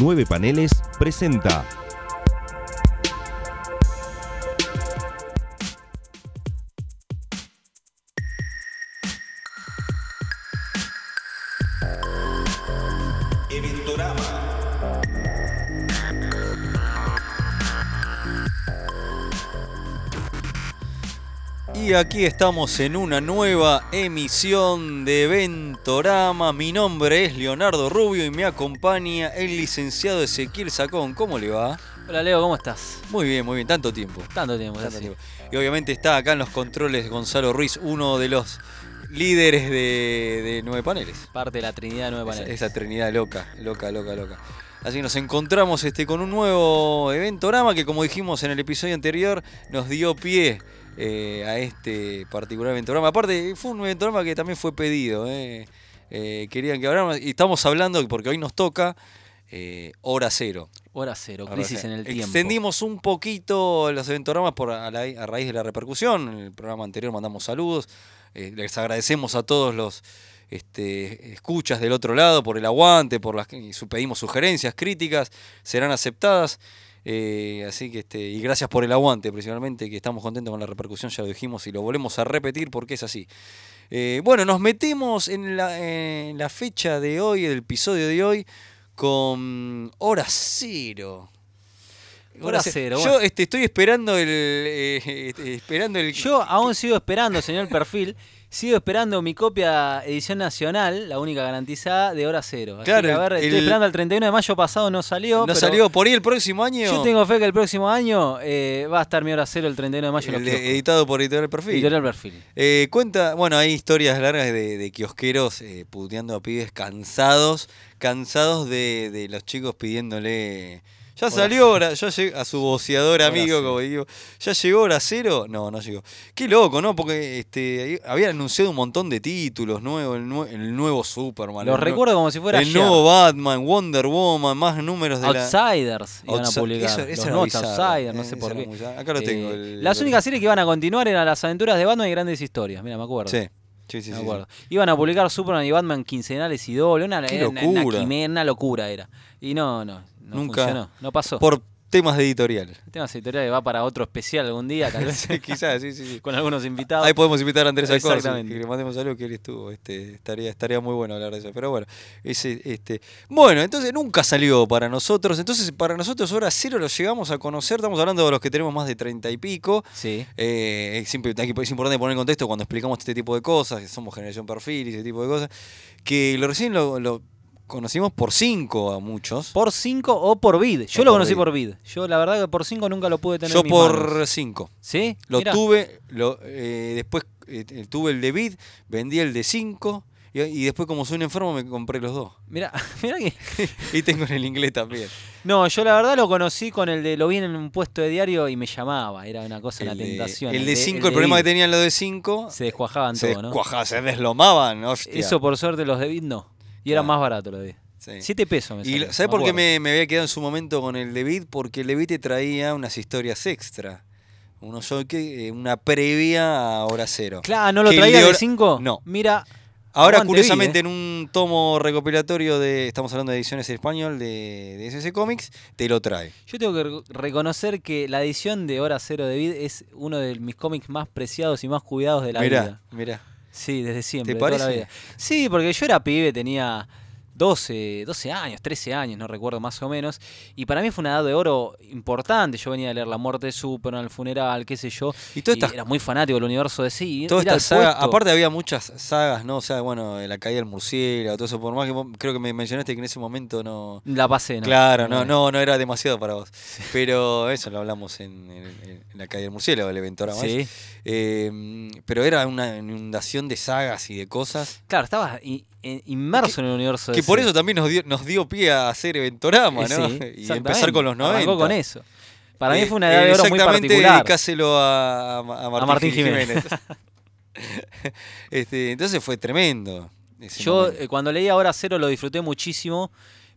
Nueve Paneles presenta. Eventorama. Y aquí estamos en una nueva emisión de Ventorama. Mi nombre es Leonardo Rubio y me acompaña el licenciado Ezequiel Sacón. ¿Cómo le va? Hola Leo, ¿cómo estás? Muy bien, muy bien. Tanto tiempo. Tanto tiempo, Tanto sí. tiempo. Y obviamente está acá en los controles Gonzalo Ruiz, uno de los líderes de, de Nueve Paneles. Parte de la Trinidad de Nueve Esa, Paneles. esa Trinidad loca, loca, loca, loca. Así que nos encontramos este, con un nuevo eventorama que, como dijimos en el episodio anterior, nos dio pie eh, a este particular eventorama. Aparte, fue un eventorama que también fue pedido. eh. Eh, querían que habláramos. Y estamos hablando, porque hoy nos toca, eh, hora cero. Hora cero, Ahora crisis sí. en el tiempo. Extendimos un poquito los eventoramas por, a, la- a raíz de la repercusión. En el programa anterior mandamos saludos. Eh, les agradecemos a todos los este, escuchas del otro lado por el aguante, por las que- y su- pedimos sugerencias, críticas, serán aceptadas. Eh, así que este, y gracias por el aguante, principalmente que estamos contentos con la repercusión, ya lo dijimos y lo volvemos a repetir porque es así. Eh, bueno, nos metemos en la, en la fecha de hoy, el episodio de hoy, con Hora Cero. Hora Cero, Yo bueno. este, estoy esperando el. eh, este, esperando el. Yo aún sigo esperando, señor Perfil, sigo esperando mi copia edición nacional, la única garantizada, de Hora Cero. Así Claro, que, a ver, el- estoy esperando el 31 de mayo pasado, no salió. no pero salió por ahí el próximo año. Yo tengo fe que el próximo año eh, va a estar mi Hora Cero el 31 de mayo en el los de- kioscos. editado por Editorial Perfil. Editorial Perfil. Eh, cuenta, bueno, hay historias largas de, de kiosqueros eh, puteando a pibes cansados, cansados de, de los chicos pidiéndole. Ya salió hora, ya llegó a su voceador amigo, cero. como digo. ¿Ya llegó hora cero? No, no llegó. Qué loco, ¿no? Porque este, ahí habían anunciado un montón de títulos nuevos, el, nue- el nuevo Superman. Los el nue- recuerdo como si fuera El ayer. nuevo Batman, Wonder Woman, más números de la. Outsiders iban a Outsi- publicar. eso- eso Los era Not bizarro, Outsiders, no eh, sé eso por era qué. muy bizarro. Acá lo tengo, el- las el- únicas series que iban a continuar eran las aventuras de Batman y grandes historias. Mira, me acuerdo. Sí, sí, sí. me sí, sí. acuerdo. Iban a publicar Superman y Batman quincenales y doble. Una, Qué era una- una locura. quimera, una locura era. Y no, no. no Nunca. funcionó, No pasó. Por temas de editorial. El tema editorial va para otro especial algún día, tal vez. Sí, Quizás, sí, sí, sí. con algunos invitados. Ahí podemos invitar a Andrés Alcor, Exactamente. que le mandemos saludos que él estuvo, este, estaría, estaría muy bueno hablar de eso. Pero bueno, ese, este, bueno, entonces nunca salió para nosotros. Entonces, para nosotros ahora cero lo llegamos a conocer. Estamos hablando de los que tenemos más de treinta y pico. Sí. Eh, es, siempre- hay que- es importante poner en contexto cuando explicamos este tipo de cosas, que somos generación perfil y ese tipo de cosas, que lo recién lo, lo conocimos por cinco a muchos. Por 5 o por vid. Yo O lo por conocí vid. por vid. Yo la verdad que por 5 nunca lo pude tener. Yo en mis manos. por cinco. ¿Sí? Lo Mirá. tuve, lo, eh, después eh, eh, tuve el de Bid, vendí el de 5 y, y después como soy un enfermo me compré los dos. Mirá, mirá que... Y tengo en el inglés también. No, yo la verdad lo conocí con el de. Lo vi en un puesto de diario y me llamaba. Era una cosa, una el, tentación. de, el de 5, el, problema que tenían los de 5, Se descuajaban se, todo, ¿no? descuajaban, se deslomaban, hostia. Eso por suerte los de Bit no. Y eran Ah. más baratos los de. Sí. 7 pesos me Y salió, ¿Sabes por qué acuerdo. me, me había quedado en su momento con el de Bid? Porque el de Bid te traía unas historias extra. Uno yo que eh, una previa a hora cero. Claro, ¿no lo Que el traía de de hora- 5? No. Mira. Ahora, aguante, curiosamente, en Bid, un tomo recopilatorio de. Estamos hablando de ediciones en español de, de SC Comics, te lo trae. ¿eh? Yo tengo que re- reconocer que la edición de Hora Cero de Vid es uno de mis cómics más preciados y más cuidados de la mirá, vida. mirá. Sí, desde siempre, ¿Te toda la parece? vida. Sí, porque yo era pibe, tenía 12, 12 años, 13 años, no recuerdo más o menos. Y para mí fue una edad de oro importante. Yo venía a leer La Muerte de Superman, El Funeral, qué sé yo. Y todas estas- era muy fanático del universo de sí. Toda ir esta al saga, puesto. aparte había muchas sagas, ¿no? O sea, bueno, de la caída del murciélago, todo eso, por más que vos- creo que me mencionaste que en ese momento no. La pasé, ¿no? claro, no, eh. no, no era demasiado para vos. Pero eso lo hablamos en, en- en la caída del murciélago, el evento ahora más. Sí. Eh, pero era una inundación de sagas y de cosas. Claro, estabas i- in- inmerso en el universo de Que por sí. eso también nos dio, nos dio pie a hacer Eventorama, Eh, ¿no? sí, y empezar con los exactamente. 90. Arrancó con eso. Para mí Eh, fue una edad de oro muy exactamente, particular. dedicáselo a, a Ma- a Martín, Martín Jiménez. Jiménez. Este, entonces fue tremendo. ese Yo momento. eh, cuando leí Ahora Cero lo disfruté muchísimo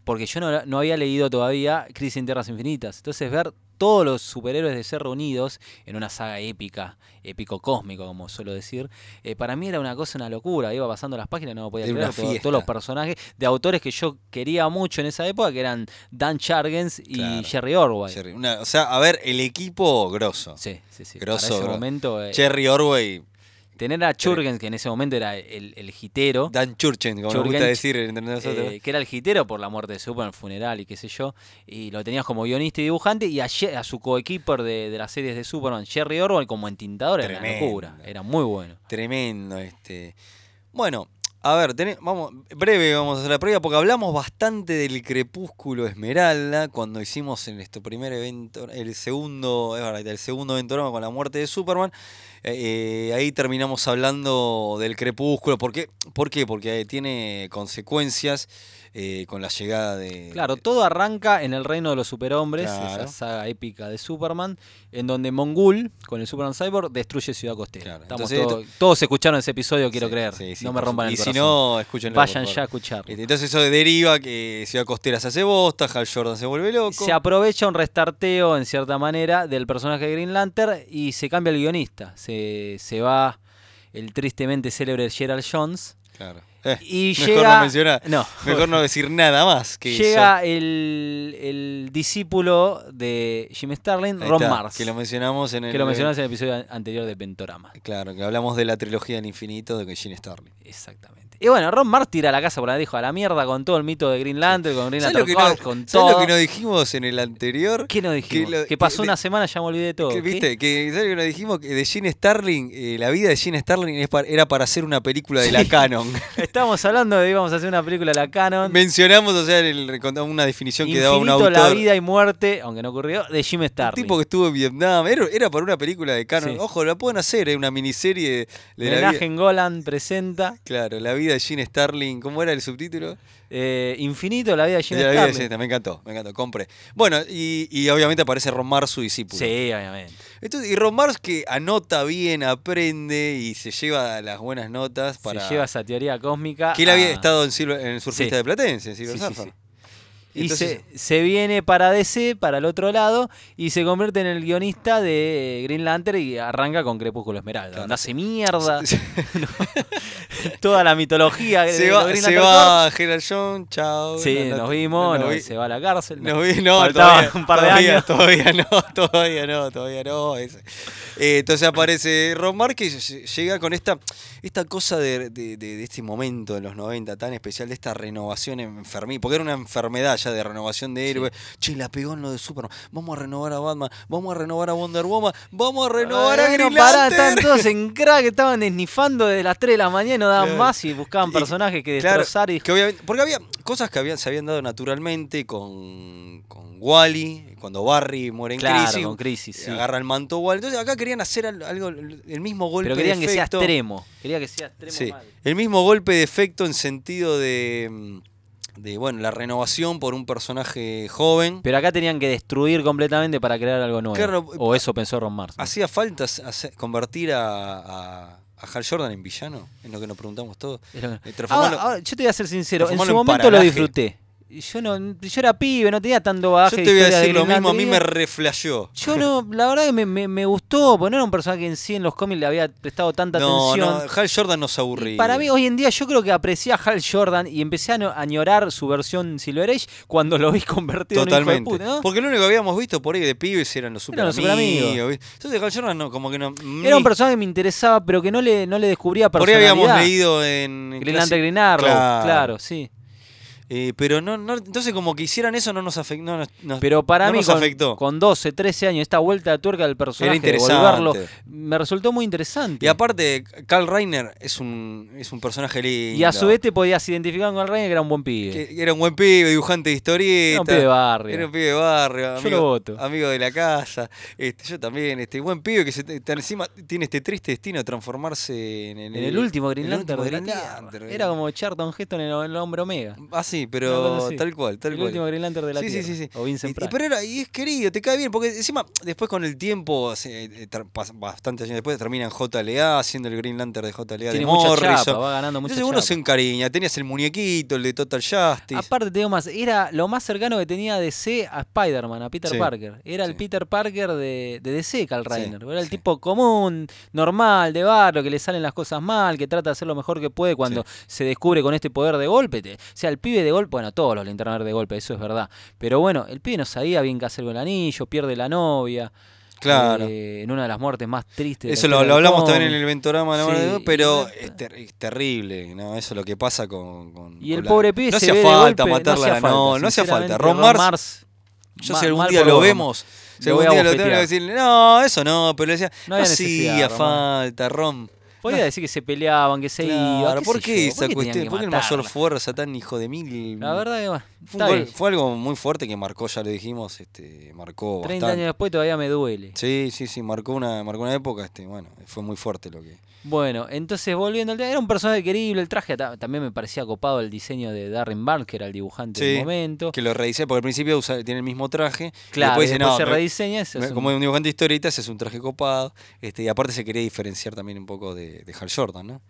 porque yo no, no había leído todavía Crisis en Tierras Infinitas. Entonces ver todos los superhéroes de ser reunidos en una saga épica, épico cósmico, como suelo decir, eh, para mí era una cosa, una locura. Iba pasando las páginas, no lo podía Era creer. una todo- fiesta. todos los personajes de autores que yo quería mucho en esa época, que eran Dan Chargens y Claro. Jerry Orwell. Jerry- una- o sea, a ver, el equipo grosso. Sí, sí, sí. Grosso, para ese grosso. momento, eh, Cherry Orway, tener eh, a Churgens, que en ese momento era el, el jitero, Dan Churchen, como nos gusta Churgench, decir entre nosotros. eh, que era el jitero por la muerte de Superman, el funeral y qué sé yo, y lo tenías como guionista y dibujante, y a, Ye- a su coequiper de, de las series de Superman, Jerry Orwell, como entintador, era una Tremendo. locura, era muy bueno. Tremendo este. Bueno, a ver, tené- vamos, breve vamos a hacer la previa porque hablamos bastante del crepúsculo Esmeralda cuando hicimos en nuestro primer evento, el segundo, es verdad, el segundo evento con la muerte de Superman. Eh, eh, ahí terminamos hablando del crepúsculo. ¿Por qué? ¿Por qué? Porque eh, tiene consecuencias eh, con la llegada de. Claro, todo arranca en el reino de los superhombres, Claro. esa saga épica de Superman, en donde Mongul, con el Superman Cyborg, destruye Ciudad Costera. Claro, Estamos entonces todo- todos escucharon ese episodio, quiero Sí, creer, sí, sí, no me por rompan el supuesto. Y si corazón. no, escúchenlo. por Vayan favor. ya a escucharlo. Este, Entonces eso deriva que Ciudad Costera se hace bosta, Hal Jordan se vuelve loco. Se aprovecha un restarteo, en cierta manera, del personaje de Green Lantern y se cambia el guionista. Se, se va el tristemente célebre Gerald Jones Claro. Eh, y mejor llega... no mencionar. No. Mejor no decir nada más que Llega el, el discípulo de Jim Starlin, eso. Ahí Ron está, Mars, Que lo mencionamos en el. que lo mencionamos en el episodio an- anterior de Pentorama. Claro, que hablamos de la trilogía del infinito de Gene Starling. Exactamente. Y bueno, Ron Mars tira la casa por la dijo a la mierda con todo el mito de Green Lantern, con Green ¿Sabes lo, Lantern que Corps, no- con sabes todo. lo que nos dijimos en el anterior? ¿Qué nos dijimos? Que, lo- pasó que- una de- semana, ya me olvidé de todo. que, ¿Qué? ¿Viste? Que, ¿Sabes lo que nos dijimos? Que de Gene Starling, eh, la vida de Gene Starling es para- era para hacer una película de la Sí. Canon. Estábamos hablando de que íbamos a hacer una película de la Canon. Mencionamos, o sea, el- con una definición que daba un Infinito autor. la vida y muerte, aunque no ocurrió, de Jim Un Starlin. tipo que estuvo en Vietnam. Era, era para una película de Canon. Sí. Ojo, la pueden hacer, es una miniserie de, la Homenaje vida. en Golan presenta Claro, la vida de Gene Starling. ¿Cómo era el subtítulo? eh, Infinito la vida de Jim De la vida de Jane Starlin. Starling, me encantó, me encantó, compré. Bueno, y, y obviamente aparece Ron Mars, su discípulo. Sí, obviamente. Entonces, y Ron Mars que anota bien, aprende y se lleva las buenas notas para... Se lleva esa teoría cósmica. que él había a- estado en, Silver- en el surfista Sí. de Platense, en Silver Sí, sí, Surfer. sí. Y Y entonces- se, se viene para DC, para el otro lado, y se convierte en el guionista de eh, Green Lantern y arranca con Crepúsculo Esmeralda. Claro. donde hace mierda Se, toda la mitología de se de va, Green se Lantern Corps. va Gerald John, chao. Sí, no, no, nos vimos, no, nos- vi- se va a la cárcel. No, vi- no, faltaba todavía, un par de todavía- años. Todavía no, todavía no, todavía no. ese. Eh, entonces aparece Ron Márquez, llega con esta, esta cosa de, de- de- de este momento de los 90 tan especial, de esta renovación enfermí, porque era una enfermedad ya de renovación de héroe. Che, la pegó en lo de Superman, vamos a renovar a Batman, vamos a renovar a Wonder Woman, vamos a renovar a Ay, no, Green pará, Lantern. estaban todos en crack, estaban desnifando desde las 3 de la mañana y no daban Claro. más y buscaban Y- personajes que Claro, destrozar y que obviamente- porque había cosas que habían, se habían dado naturalmente con, con Wally, cuando Barry muere en Claro, crisis. con Crisis, sí. Agarra el manto Wally. Entonces acá querían hacer al- algo, el mismo golpe Pero querían de que sea efecto. extremo. Quería que sea extremo Sí, mal. el mismo golpe de efecto en sentido de, mm, de, bueno, la renovación por un personaje joven. Pero acá tenían que destruir completamente para crear algo nuevo. Claro, o eso pensó Ron Mars. ¿no? ¿Hacía falta hace- convertir a, a, a Hal Jordan en villano? Es lo que nos preguntamos todos. Es lo que- Eh, transformarlo- Ahora, ahora, yo te voy a ser sincero. En su transformarlo en momento lo paralaje. disfruté. Y Yo no, yo era pibe, no tenía tanto Yo bagaje. te de voy a historia de decir lo Green mismo, a mí Lantern. me reflashó. Yo no, la verdad que me, me, me gustó, porque no era un personaje que en sí en los cómics le había prestado tanta No, atención. no, Hal Jordan nos aburría. Para mí, hoy en día, yo creo que aprecié a Hal Jordan y empecé a no- añorar su versión Silver Age cuando lo vi convertido en Totalmente. un hijo de puta, ¿no? Porque lo único que habíamos visto por ahí de pibes eran los super Eran los superamigos. Entonces Hal Jordan no, como que no. Era un ni- personaje que me interesaba, pero que no le, no le descubría Por ahí personalidad. habíamos leído en. en Green clase- Lantern, Green Arrow, Claro. claro. sí. Eh, pero no, no, entonces como que hicieran eso no nos afectó. No, nos- nos- Pero para no mí, nos con, afectó. con 12, 13 años, esta vuelta de tuerca del personaje, de interesante. volverlo, me resultó muy interesante. Y aparte, Carl Reiner es un, es un personaje lindo. Y a su vez te podías identificar con el rey que era un buen pibe. Que era un buen pibe, dibujante de historieta. Era un pibe de barrio. Era un pibe de barrio, Yo amigo, lo voto. amigo de la casa. Este, yo también, este buen pibe que se, está encima tiene este triste destino de transformarse en, en en el último Green en el Lantern último de la Green Tierra. Lantern. Era como Charlton Heston en el, en el hombre Omega. Hace así, Una Ah, pero cosa así. tal cual, tal el cual. último Green Lantern de la sí, sí, Tierra. sí, sí. O Y- Vincent y, Price. pero era, y es querido, te cae bien, porque encima después con el tiempo, se- eh, ter- pas- bastantes años después, termina en JLA, siendo el Green Lantern de JLA de Tiene mucha Morrison. chapa, va ganando mucha Entonces uno se chapa. encariña, tenías el muñequito, el de Total Justice. Aparte, te digo más, era lo más cercano que tenía DC a Spider-Man, a Peter Sí, Parker. Era el sí. Peter Parker de, de DC, Carl Sí, Reiner. era el sí. tipo común, normal, de barrio, que le salen las cosas mal, que trata de hacer lo mejor que puede cuando se descubre con este poder de golpe. Te- o sea, el pibe de golpe, bueno, todos los linternas verdes de golpe, eso es verdad. Pero bueno, el pibe no sabía bien qué hacer con el anillo, pierde la novia. claro. eh, en una de las muertes más tristes. de este, la Eso lo, historia lo del hablamos también cómic. en el Ventorama, la Sí, verdad, y pero la- es, ter- es terrible, ¿no? Eso es lo que pasa con. con- Y el con la- pobre pibe No se hacía ve de falta golpe, matarla, no, hacía falta, no, no hacía falta. sinceramente, Ron Mars, yo ma- si algún mal día por lo Ron Mars. vemos, Le si algún voy a día lo tengo que bofetear. decir, no, eso no, pero le decía, no, No había hacía necesidad, Ron. falta, Rom. Podría decir que se peleaban, que se iban. Claro, ¿por qué esa cuestión? ¿Por qué el mayor fue? fuerza tan hijo de mil? La verdad que bueno, Fue, está un gol- bien. fue algo muy fuerte que marcó, ya lo dijimos, este, marcó 30 bastante. años después todavía me duele. Sí, sí, sí, marcó una, marcó una época, este, bueno, fue muy fuerte lo que. Bueno, entonces volviendo al tema, era un personaje querible, el traje ta- también me parecía copado el diseño de Darren Barnes, que era el dibujante Sí, del momento. Que lo revisé, porque al principio usa- tiene el mismo traje. y Claro, y después, dice, no, se me- rediseña. se me- hace un- como un dibujante de historietas, es un traje copado. Este, y aparte se quería diferenciar también un poco de, de Hal Jordan, ¿no?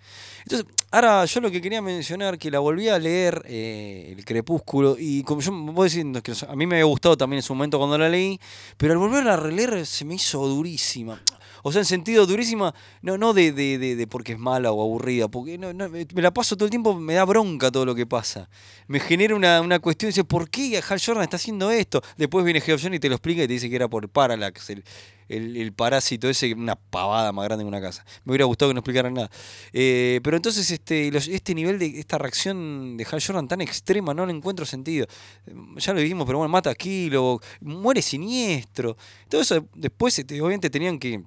Entonces, ahora yo lo que quería mencionar, que la volví a leer, eh, El Crepúsculo, y como yo voy diciendo, que a mí me había gustado también en su momento cuando la leí, pero al volver a releer se me hizo durísima. O sea, en sentido durísima, no, no de, de, de- de porque es mala o aburrida, porque no, no, me la paso todo el tiempo, me da bronca todo lo que pasa. Me genera una, una cuestión, dice, ¿por qué Hal Jordan está haciendo esto? Después viene Geoff John y te lo explica y te dice que era por Parallax, el, el- el parásito ese, una pavada más grande que una casa. Me hubiera gustado que no explicaran nada. Eh, pero entonces este, los- este nivel de esta reacción de Hal Jordan tan extrema no le encuentro sentido. Eh, Ya lo dijimos, pero bueno, mata a Kilo, muere siniestro. Todo eso después, este, obviamente, tenían que...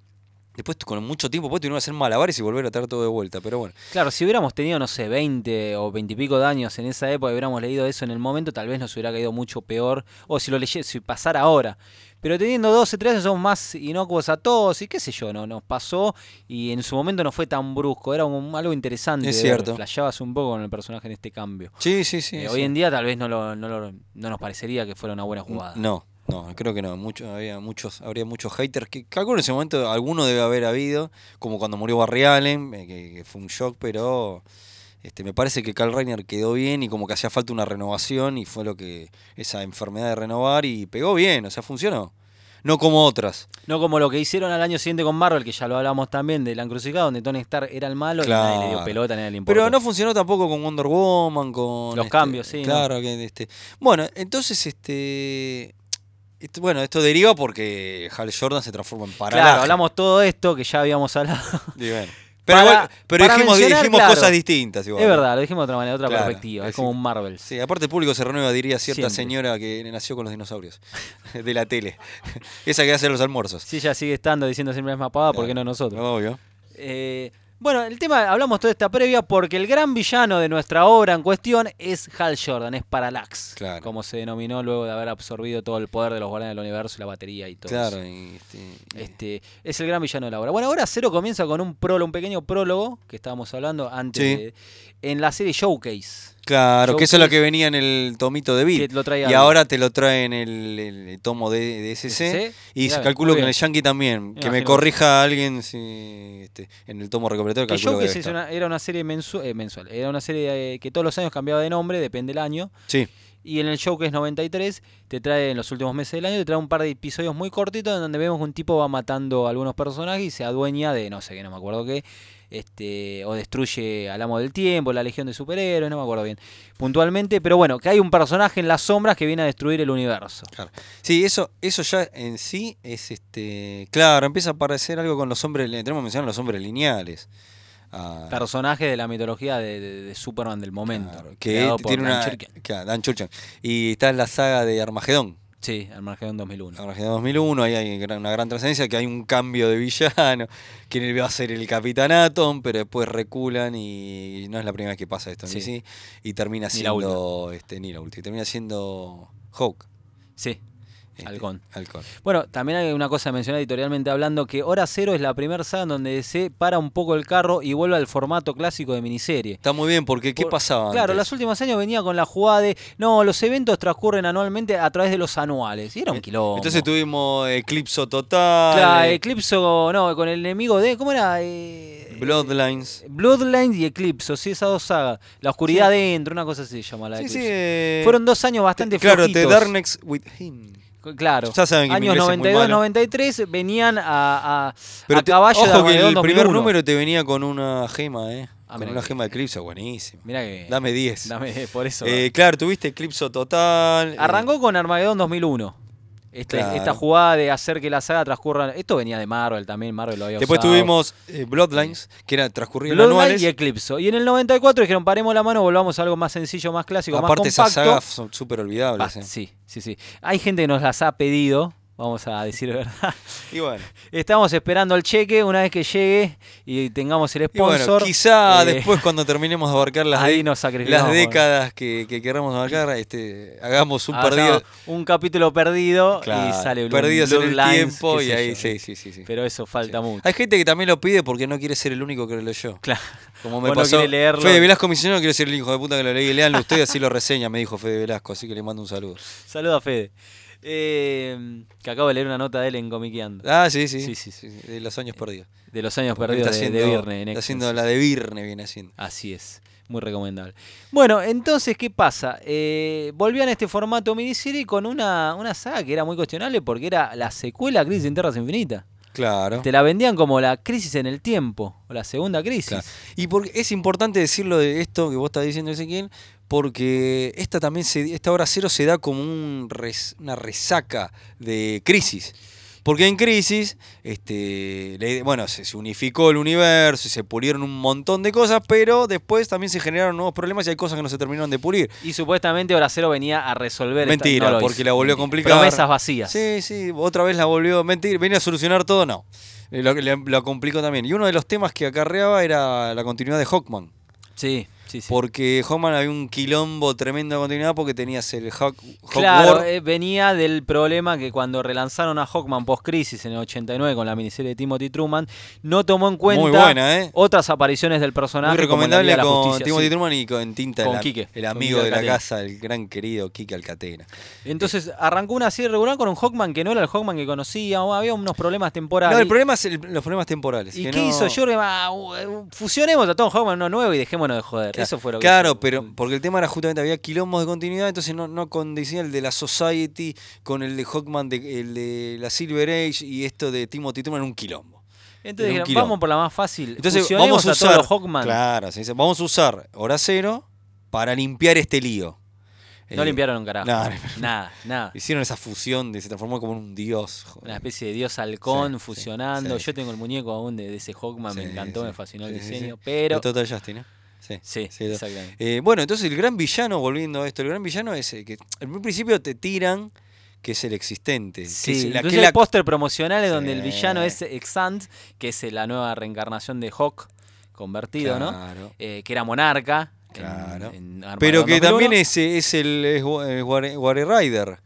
Después, con mucho tiempo, después tuvieron que hacer malabares y volver a traer todo de vuelta. Pero bueno, Claro, si hubiéramos tenido, no sé, 20 o 20 y pico de años en esa época y hubiéramos leído eso en el momento, tal vez nos hubiera caído mucho peor. O si lo leyese, si pasara ahora. Pero teniendo 12, 13 somos más inocuos a todos y qué sé yo, no nos pasó y en su momento no fue tan brusco, era un- algo interesante. Es de ver, cierto. Flasheabas un poco con el personaje en este cambio. sí, sí, sí. Eh, sí. Hoy en día tal vez no, lo- no, lo- no nos parecería que fuera una buena jugada. No, no, creo que no. Mucho, había muchos, habría muchos haters que calculo en ese momento alguno debe haber habido, como cuando murió Barry Allen, eh, que, que fue un shock, pero este, me parece que Carl Reiner quedó bien y como que hacía falta una renovación y fue lo que esa enfermedad de renovar y pegó bien, o sea, funcionó. No como otras. No como lo que hicieron al año siguiente con Marvel, que ya lo hablamos también, de la encrucijada, donde Tony Stark era el malo y nadie le Claro. dio pelota, nadie le importó. Pero no funcionó tampoco con Wonder Woman, con este, Los cambios, sí, ¿no? Claro, que este. Bueno, entonces este, este- bueno, esto deriva porque Hal Jordan se transforma en paralaje. Claro, hablamos todo esto que ya habíamos hablado. Y bueno. Pero, Para- igual- pero para dijimos, mencionar, dijimos claro. cosas distintas. Igual. Es verdad, lo dijimos de otra manera, de otra Claro, perspectiva. es Es como un Marvel. Sí, aparte el público se renueva, diría cierta Siempre. señora que nació con los dinosaurios de la tele. Esa que hace los almuerzos. Sí, ya sigue estando diciendo siempre es más pavada, ¿por qué no Claro. nosotros? Obvio. Eh, bueno, el tema, hablamos toda esta previa porque el gran villano de nuestra obra en cuestión es Hal Jordan, es Parallax, Claro. como se denominó luego de haber absorbido todo el poder de los guardianes del universo y la batería y todo eso. Claro. y, este, y- Este, es el gran villano de la obra. Bueno, ahora Cero comienza con un prólogo, un pequeño prólogo que estábamos hablando antes Sí. de- en la serie Showcase. claro, que eso es lo Showcase. que venía en el tomito de Bill. Que lo traía y Bill. ahora te lo traen el, el tomo de, de SC. SC. Y Mirá, se bien, calculo muy que en bien. el Yankee también. Que me imagino. corrija alguien si este, en el tomo recopilatorio. Que calculo que Showcase debe es estar. una- era una serie mensu- eh, mensual, era una serie eh, que todos los años cambiaba de nombre, depende del año. Sí, Y en el Showcase 93 te trae, en los últimos meses del año, te trae un par de episodios muy cortitos en donde vemos que un tipo va matando a algunos personajes y se adueña de, no sé qué, no me acuerdo qué, este, o destruye al amo del tiempo, la legión de superhéroes, no me acuerdo bien puntualmente, pero bueno, que hay un personaje en las sombras que viene a destruir el universo. Claro. Sí, eso, eso ya en sí es este. Claro, empieza a aparecer algo con los hombres. li- Tenemos que mencionar los hombres lineales. Ah, Personaje de la mitología de, de- de Superman del momento. claro, que creado por tiene Dan una. Chirkin. claro, Dan Churchill. Y está en la saga de Armagedón. Sí, Armagedón 2001. Armagedón 2001, ahí hay gran- una gran trascendencia, que hay un cambio de villano, quien va a ser el Capitán Atom, pero después reculan y no es la primera vez que pasa esto en Sí. DC, y termina Ni la siendo, este, ni la última, y termina siendo Hawk. Sí. Este, Halcón. Halcón. Bueno, también hay una cosa a mencionar editorialmente hablando, que Hora Cero es la primera saga en donde se para un poco el carro y vuelve al formato clásico de miniserie. Está muy bien, porque ¿qué Por- pasaba Claro, antes? los últimos años venía con la jugada de, no, los eventos transcurren anualmente a través de los anuales. Y era un quilombo. Eh, Entonces tuvimos Eclipso Total, Claro, eh, Eclipso, no, con el enemigo de, ¿cómo era? Eh, Bloodlines. Bloodlines y Eclipso, sí, esas dos sagas. La oscuridad dentro, una cosa así se llama la de Sí, sí, Eclipso. eh, Fueron dos años bastante Claro, The flojitos. Darkness with Him. Claro. Ya saben que mi Años inglés es muy 92, malo. 93 venían a, a, Pero a te- caballo de ojo que el alrededor primer 2001. número te venía con una gema, ¿eh? Ah, con mirá una que- gema de Eclipso, buenísimo. Mirá que. Dame 10. dame, por eso. Eh, claro, tuviste Eclipso Total. eh, Arrancó con Armagedón 2001. Este- Claro. Esta jugada de hacer que la saga transcurra. Esto venía de Marvel también, Marvel lo había después usado. tuvimos eh, Bloodlines, que era transcurrido en Bloodline anuales. y Eclipso. Y en el 94 dijeron, paremos la mano, volvamos a algo más sencillo, más clásico, Aparte, más compacto. esas sagas son súper olvidables. Ah, eh. sí, sí, sí. Hay gente que nos las ha pedido, vamos a decir la verdad. Y bueno, Estamos esperando el cheque una vez que llegue y tengamos el y bueno, sponsor. quizá eh, después cuando terminemos de abarcar las, ahí de- nos las sacrificamos. décadas que, que queramos abarcar, este, hagamos un Ah, perdido. no, un capítulo perdido Claro, y sale Blue- perdidos en el Blue Lines, tiempo qué y sé ahí yo. sí, sí, sí, sí. Pero eso falta mucho. Hay gente que también lo pide porque no quiere ser el único que lo leyó. Claro. Como me Vos no pasó. querés leerlo. Fede Velasco me dice, "Yo no quiero ser el hijo de puta que lo leí. Leanlo ustedes, así lo reseña, me dijo Fede Velasco, así que le mando un saludo. Saludo a Fede. Eh, que acabo de leer una nota de él en Comiqueando. Ah, sí, sí. Sí, sí, sí. De los años perdidos. De los años Porque perdidos está de, de haciendo- Virne. en Está Exxon. haciendo la de Virne, viene haciendo. Así es, muy recomendable. Bueno, entonces, ¿qué pasa? Eh, volvían a este formato miniserie con una, una saga que era muy cuestionable porque era la secuela a Crisis en Tierras Infinitas. Claro. Te la vendían como la crisis en el tiempo, o la segunda crisis. Claro. Y porque es importante decirlo de esto que vos estás diciendo, Ezequiel, porque esta también se, esta hora cero se da como un res- una resaca de crisis. Porque en crisis, este, la ide- bueno, se, se unificó el universo y se pulieron un montón de cosas, pero después también se generaron nuevos problemas y hay cosas que no se terminaron de pulir. Y supuestamente Hora Cero venía a resolver esta- Mentira, no lo hizo. porque la volvió a Mentira. complicar. Promesas vacías. Sí, sí, otra vez la volvió a mentir. ¿Venía a solucionar todo? No. Eh, Lo, le- lo complicó también. Y uno de los temas que acarreaba era la continuidad de Hawkman. sí, sí. sí. Porque Homan había un quilombo tremendo de continuidad porque tenías el Hawk, Hawk Claro, War. eh, venía del problema que cuando relanzaron a Hawkman post-crisis en el 89 con la miniserie de Timothy Truman, no tomó en cuenta Muy buena, ¿eh? otras apariciones del personaje. Muy como en la recomendable Liga de la con Justicia, Timothy sí. Truman y con Tinta, Con el, Quique, el con amigo Quique de la Alcatena. casa, el gran querido Kike Alcatena. Entonces arrancó una serie regular con un Hawkman que no era el Hawkman que conocía, o había unos problemas temporales. No, el problema es el- los problemas temporales. ¿Y que qué no- hizo Jordan? Ah, uh, Fusionemos a Tom Hawkman uno nuevo y dejémonos de joder. Claro, Eso fue lo que Claro, hizo. pero porque el tema era justamente había quilombos de continuidad, entonces no, no condecía el de la Society con el de Hawkman, de, el de la Silver Age y esto de Timothy Truman, un quilombo. Entonces era un dijeron, quilombo. vamos por la más fácil. Entonces Fusionemos vamos a usar todos los Hawkman. Claro, se dice, vamos a usar hora cero para limpiar este lío. No Eh, limpiaron un carajo. nada, Nada, nada. Hicieron esa fusión de se transformó como en un dios. joder. Una especie de dios halcón Sí, sí, fusionando. sí, Yo tengo el muñeco aún de, de ese Hawkman, me Sí, encantó, sí. me fascinó el Sí, sí, diseño. sí. Pero. De Total Justin, ¿no? Sí. Sí, sí, de- exactamente. Eh, bueno, entonces el gran villano, volviendo a esto, el gran villano es eh, que en un principio te tiran que es el existente. que Sí, es la- que incluso la- hay póster promocional es donde el Sí. villano es Exant, que es eh, la nueva reencarnación de Hawk convertido, ¿no? Claro. Eh, que era monarca. en- Claro. en Armageddon Pero que 2001. también es, eh, es el es Wa- eh, Ware Ware Rider.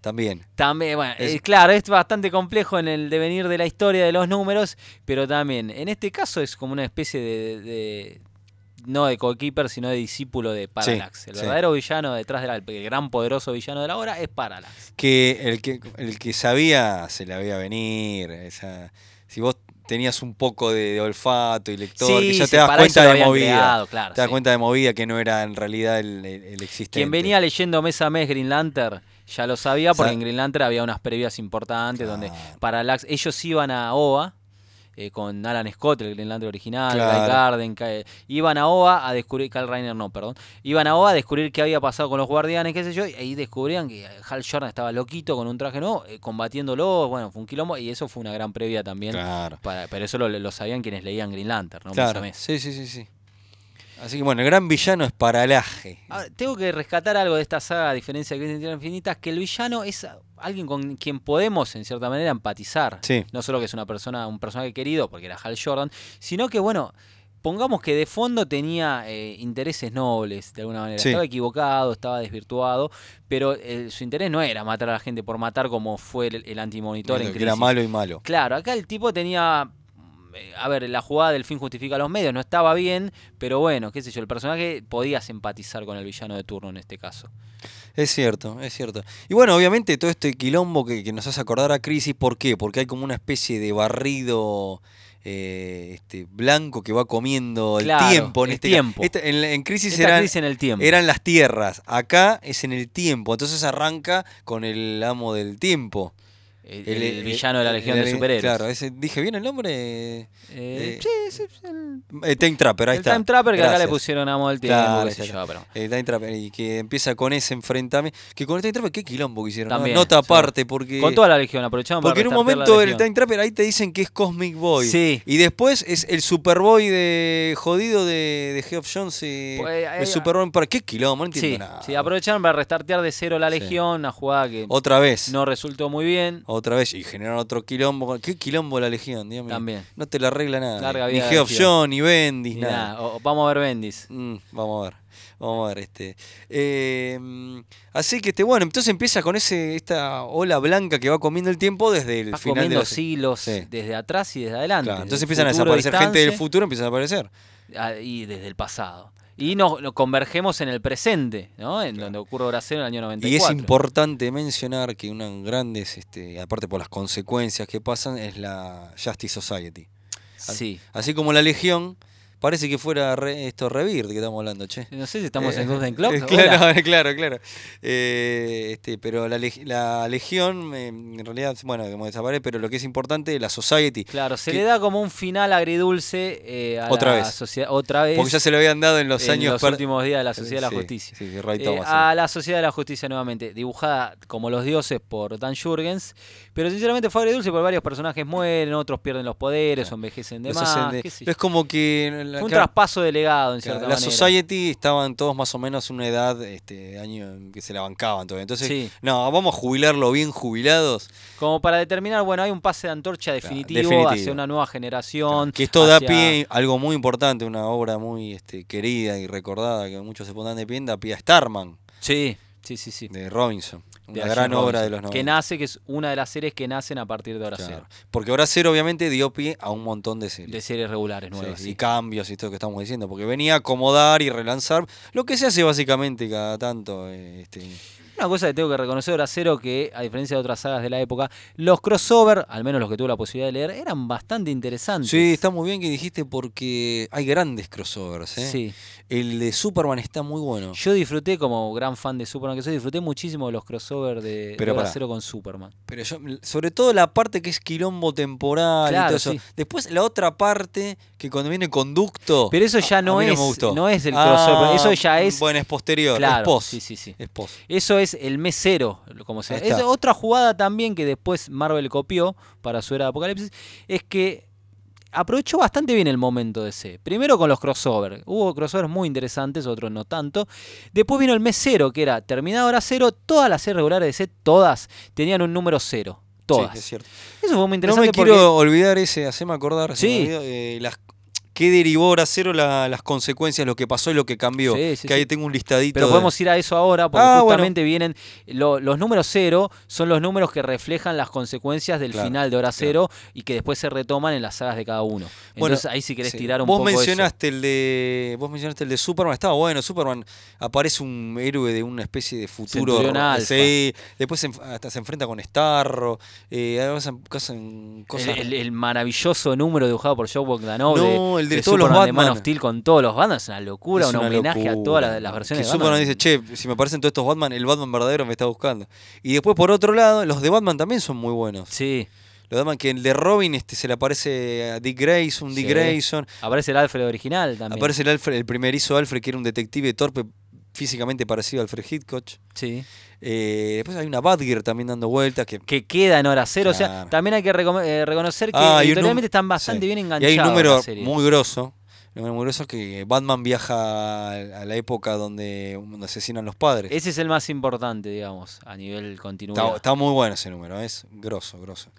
También. También, bueno, Es- eh, claro, es bastante complejo en el devenir de la historia de los números, pero también, en este caso es como una especie de, de- no de coequiper, sino de discípulo de Parallax. el sí. verdadero villano detrás del gran poderoso villano de la obra es Parallax. Que el que el que sabía se la veía venir. esa- si vos tenías un poco de, de olfato y lector, que ya sí, te das para cuenta eso lo de habían movida. creado, claro, te das sí. cuenta de movida que no era en realidad el, el- el existente. Quien venía leyendo mes a mes Green Lantern ya lo sabía, porque Sa- Ah. en Green Lantern había unas previas importantes donde Claro. Parallax, ellos iban a OVA. eh, con Alan Scott, el Green Lantern original, Guy Claro. Garden, Ka- eh, iban a OVA a descubrir, Kyle Reiner no, perdón, iban a OVA a descubrir qué había pasado con los guardianes, qué sé yo, y ahí descubrían que Hal Jordan estaba loquito con un traje nuevo, eh, combatiéndolo, bueno, fue un quilombo, y eso fue una gran previa también, Claro. para- pero eso lo, lo sabían quienes leían Green Lantern, ¿no? Mes a Claro. mes. Sí, sí, sí, sí. Así que bueno, el gran villano es Paralaje. Ahora, Ah, tengo que rescatar algo de esta saga, a diferencia de Crisis en Tierras Infinitas, que el villano es alguien con quien podemos, en cierta manera, empatizar. Sí. No solo que es una persona, un personaje querido, porque era Hal Jordan, sino que, bueno, pongamos que de fondo tenía eh, intereses nobles, de alguna manera. Sí. Estaba equivocado, estaba desvirtuado, pero eh, su interés no era matar a la gente por matar como fue el, el antimonitor en Que crisis. era malo y malo. Claro, acá el tipo tenía. eh, A ver, la jugada del fin justifica los medios, no estaba bien, pero bueno, qué sé yo, el personaje podías empatizar con el villano de turno en este caso. Es cierto, es cierto. Y bueno, obviamente todo este quilombo que, que nos hace acordar a Crisis, ¿por qué? Porque hay como una especie de barrido eh, este, blanco que va comiendo el Claro, tiempo. En, el este tiempo. Esta- en, la- en Crisis, Esta eran, crisis en el tiempo. eran las tierras, acá es en el tiempo. Entonces arranca con el amo del tiempo. el, el villano de la el- eh, Legión el- de Superhéroes. Claro, ese- dije bien el nombre. Eh, eh, Eh, sí, sí, sí, el, Time Trapper, ahí el está. Time Trapper que acá le Gracias. pusieron amo del tiempo, Claro, qué ahí sé está. yo, pero- El Time Trapper, y que empieza con ese enfrentamiento. Que con el Time Trapper, qué quilombo que hicieron. ¿no? También, Nota sí. aparte, porque. Con toda la Legión, aprovechamos para Porque en un restartear la momento el Legión. Time Trapper ahí te dicen que es Cosmic Boy. Sí. Y después es el Superboy de jodido de, de Geoff Jones. Y Pues, ahí- el Superboy para qué quilombo, no entiendo Sí, nada. sí, aprovecharon para restartear de cero la Sí. Legión, una jugada que Otra vez. no resultó muy bien. Otra vez. Y generaron otro quilombo. ¿Qué quilombo la Legión? Dígame. También. No te la arregla nada. Larga ni vida a la Geoff Legión. Jones, ni Bendis, Y nada. nada, o- o vamos a ver Bendis. Mm, vamos a ver. Vamos a ver este. Eh, mm, así que este, bueno, entonces empieza con ese, esta ola blanca que va comiendo el tiempo desde el Vas final comiendo de los- hilos Sí. desde atrás y desde adelante. Claro, entonces desde empiezan a futuro, desaparecer gente del distancia, futuro, empiezan a aparecer. ah, Y desde el pasado. Y nos, nos convergemos en el presente, ¿no? En donde ocurre Brasil en el año Y 94. es importante mencionar que una grandes, este, aparte por las consecuencias que pasan, es la Justice Society. Sí. Así como la Legión, parece que fuera re- esto Rebirth que estamos hablando, che. No sé si estamos Eh, en Golden Clock. eh, hola. Claro, claro, claro. Eh, este, pero la, leg- la Legión, eh, en realidad, bueno, como desaparece, pero lo que es importante es la Society. Claro, se que- le da como un final agridulce eh, a Otra la vez. sociedad. Otra vez. Porque ya se lo habían dado en los en años los per- últimos días de la Sociedad de Sí, la Justicia. sí, sí, Ray Eh, Thomas, a la Sociedad de la Justicia nuevamente, dibujada como los dioses por Dan Jurgens, pero sinceramente fue agridulce porque varios personajes mueren, otros pierden los poderes, o envejecen de Los más. hacen de- qué sé yo. Es como que. la- Fue un claro, traspaso de legado, en Claro, cierta la manera. Society estaban todos más o menos una edad, este año en que se la bancaban todavía. Entonces, Sí. no, vamos a jubilarlo bien jubilados. Como para determinar, bueno, hay un pase de antorcha definitivo, definitivo. hacia una nueva generación. Que esto da hacia- pie a algo muy importante, una obra muy este, querida y recordada que muchos se pondrán de pie, da pie a Starman Sí, sí, sí, sí. de Robinson. De Una Action gran obra Robinson, de los 90. Que nace, que es una de las series que nacen a partir de ahora Claro. cero. Porque Hora Cero obviamente dio pie a un montón de series. De series regulares Sí, nuevas. Y sí. cambios y todo lo que estamos diciendo. Porque venía a acomodar y relanzar lo que se hace básicamente cada tanto. eh, Este, Una cosa que tengo que reconocer, Acero, que a diferencia de otras sagas de la época, los crossover, al menos los que tuve la posibilidad de leer, eran bastante interesantes. Sí, está muy bien que dijiste porque hay grandes crossovers. ¿eh? Sí. El de Superman está muy bueno. Yo disfruté, como gran fan de Superman que soy, disfruté muchísimo de los crossover de, Pero de Hora pará. Cero con Superman. Pero yo, sobre todo la parte que es quilombo temporal y Claro, todo eso. sí. Después la otra parte que cuando viene conducto. Pero eso ya a no mí es, me gustó. no es el Ah, crossover, eso ya es... Bueno, es posterior. es claro, post. sí, sí, sí. Es post. Eso es el mes cero, como se Ahí Es está. otra jugada también que después Marvel copió para su era de Apocalipsis, es que aprovechó bastante bien el momento de ese. Primero con los crossover. Hubo crossovers muy interesantes, otros no tanto. Después vino el mes cero, que era terminado hora cero, todas las series regulares de C, todas, tenían un número cero. Todas. Sí, es cierto. Eso fue muy No interesante. me porque- quiero olvidar ese, haceme acordar. se me Sí. olvidó, eh, las, ¿Qué derivó a cero la- las consecuencias, lo que pasó y lo que cambió? Sí, sí, que ahí sí. tengo un listadito. Pero de- podemos ir a eso ahora, porque Ah, bueno. justamente vienen. lo- los números cero son los números que reflejan las consecuencias del Claro, final de hora cero y que después se retoman en las sagas de cada uno. Bueno, Entonces ahí si querés Sí. tirar un vos poco. eso. mencionaste el de vos mencionaste el de Superman estaba bueno Superman aparece un héroe de una especie de futuro Centurión ro- Alfa. sí, después se enf- hasta se enfrenta con Starro eh, ahora hacen- hacen cosas El, el- el maravilloso número dibujado por Joe Bogdanov No, de, el de de todos los Superman de Man Batman. of Steel con todos los Batman es una locura, Es un una homenaje a locura. todas las, las versiones que de Superman Batman. dice che si me aparecen todos estos Batman el Batman verdadero me está buscando y después por otro lado los de Batman también son muy buenos Sí, los de Batman que el de Robin este se le aparece a Dick Grayson Dick Sí. Grayson aparece el Alfred original también. aparece el Alfred el primerizo Alfred que era un detective torpe físicamente parecido a Alfred Hitchcock Sí. Eh, después hay una Badger también dando vueltas. Que, Que queda en hora cero. O sea, Claro. también hay que recome- eh, reconocer que Ah, hay un editorialmente num- están bastante sí. bien y enganchados. hay un número las series. muy grosso. Un número muy grosso que Batman viaja a a la época donde, donde asesinan los padres. Ese es el más importante, digamos, a nivel continuidad. Está, está muy bueno ese número, es grosso, grosso.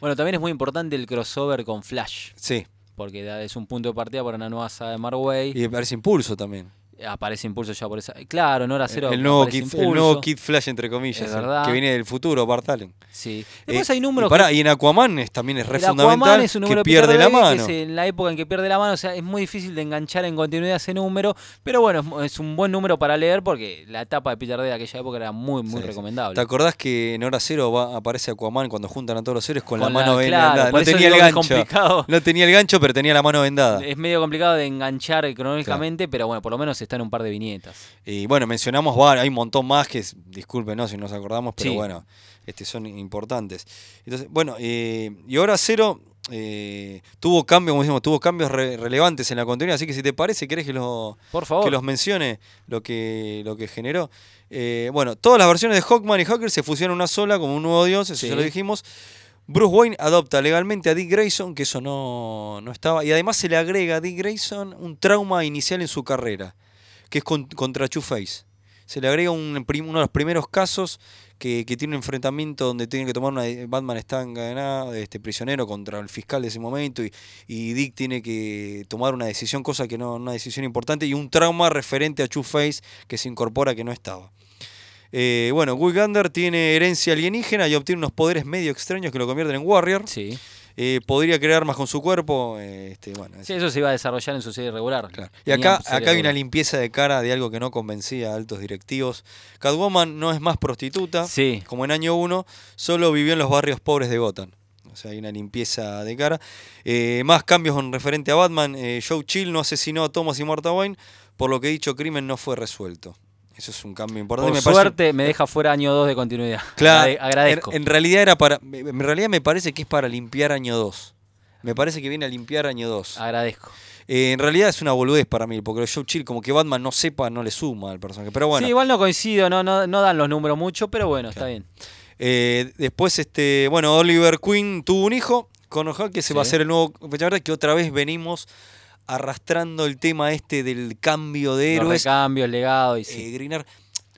Bueno, también es muy importante el crossover con Flash. Sí, porque da- es un punto de partida para una nueva saga de Marway. Y aparece Impulso también. Aparece Impulso ya por esa. Claro, en hora cero. el, nuevo aparece Kid, el Impulso. nuevo Kid Flash, entre comillas, Es eh, verdad. que viene del futuro, Bart Allen. Sí. Eh, Después hay y, números. pará, que- y en Aquaman es- también es re el Aquaman fundamental es un número que de pierde Peter la David, que mano. es en la época en que pierde la mano, o sea, es muy difícil de enganchar en continuidad ese número, pero bueno, es mu- es un buen número para leer porque la etapa de Peter David de aquella época era muy, Sí, muy sí. recomendable. ¿Te acordás que en Hora Cero va- aparece Aquaman cuando juntan a todos los héroes con, Con la mano vendada? claro, por no eso tenía el digo que es gancho. complicado. No tenía el gancho, pero tenía la mano vendada. Es medio complicado de enganchar cronológicamente, pero bueno, por lo menos está en un par de viñetas. Y bueno, mencionamos varios, hay un montón más que, es- disculpen, ¿no? si nos acordamos, pero Sí. bueno, este, son importantes. Entonces, bueno, eh, y Hora Cero eh, tuvo cambios, como decimos, tuvo cambios re- relevantes en la continuidad, así que si te parece, ¿querés que lo, Por favor. que los mencione lo que, lo que generó. Eh, bueno, todas las versiones de Hawkman y Hawker se fusionan en una sola como un nuevo dios, eso Sí. ya lo dijimos. Bruce Wayne adopta legalmente a Dick Grayson, que eso no, no estaba, y además se le agrega a Dick Grayson un trauma inicial en su carrera, que es con- contra Two-Face. Se le agrega un prim- uno de los primeros casos que, que tiene un enfrentamiento donde tiene que tomar una. Batman está encadenado, este, prisionero contra el fiscal de ese momento y, y Dick tiene que tomar una decisión, cosa que no, una decisión importante, y un trauma referente a Two-Face que se incorpora que no estaba. Eh, bueno, Gugander tiene herencia alienígena y obtiene unos poderes medio extraños que lo convierten en Warrior. Sí. Eh, podría crear más con su cuerpo. eh, este, bueno, es- Sí, eso se iba a desarrollar en su serie regular. Claro. Y Tenía acá, serie acá hay una regular. limpieza de cara de algo que no convencía a altos directivos. Catwoman no es más prostituta, Sí. como en año 1, solo vivió en los barrios pobres de Gotham. O sea, hay una limpieza de cara. Eh, más cambios con referente a Batman. Eh, Joe Chill no asesinó a Thomas y Martha Wayne, por lo que dicho crimen no fue resuelto. Eso es un cambio Por, importante. me parece- suerte me deja fuera año 2 de continuidad. Claro, Agrade- Agradezco. En, en realidad era para. En realidad me parece que es para limpiar año 2. Me parece que viene a limpiar año 2. Ah. Agradezco. Eh, en realidad es una boludez para mí, porque Joe Chill, como que Batman no sepa, no le suma al personaje. Pero bueno, Sí, igual no coincido, no, no, no dan los números mucho, pero bueno, está bien. eh, después, este bueno, Oliver Queen tuvo un hijo con O'Hara, que se va a Sí. hacer el nuevo. La verdad que otra vez venimos arrastrando el tema este del cambio de Los héroes. recambios, legado y Eh, sí. Grinar.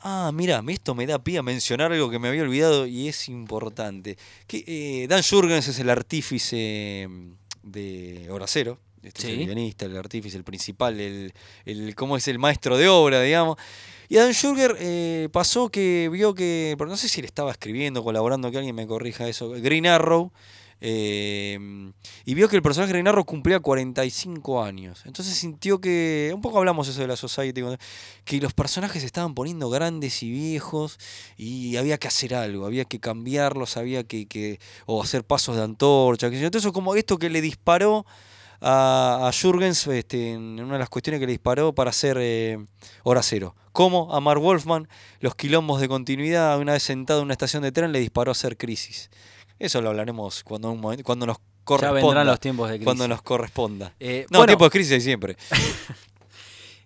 Ah, mira, esto me da pie a mencionar algo que me había olvidado y es importante. Que, eh, Dan Jurgens es el artífice mm, de Horacero. Este es el Sí. guionista, el artífice, el principal, el, el cómo es el maestro de obra, digamos. Y Dan Jurgens eh, pasó que vio que, pero no sé si le estaba escribiendo, colaborando, que alguien me corrija eso, Green Arrow. eh, y vio que el personaje de Green Arrow cumplía 45 años. Entonces sintió que, un poco hablamos eso de la Society, cuando- que los personajes se estaban poniendo grandes y viejos y había que hacer algo, había que cambiarlos, había que, que- o hacer pasos de antorcha. qué sé yo. Entonces, como esto que le disparó a, a Jürgens, este, en una de las cuestiones que le disparó para hacer eh, Hora Cero. Como a Mark Wolfman, los quilombos de continuidad, una vez sentado en una estación de tren, le disparó a hacer Crisis. Eso lo hablaremos cuando, un momento- cuando nos Ya corresponda. vendrán los tiempos de crisis. cuando nos corresponda. Eh, No, bueno, tiempos de crisis hay siempre.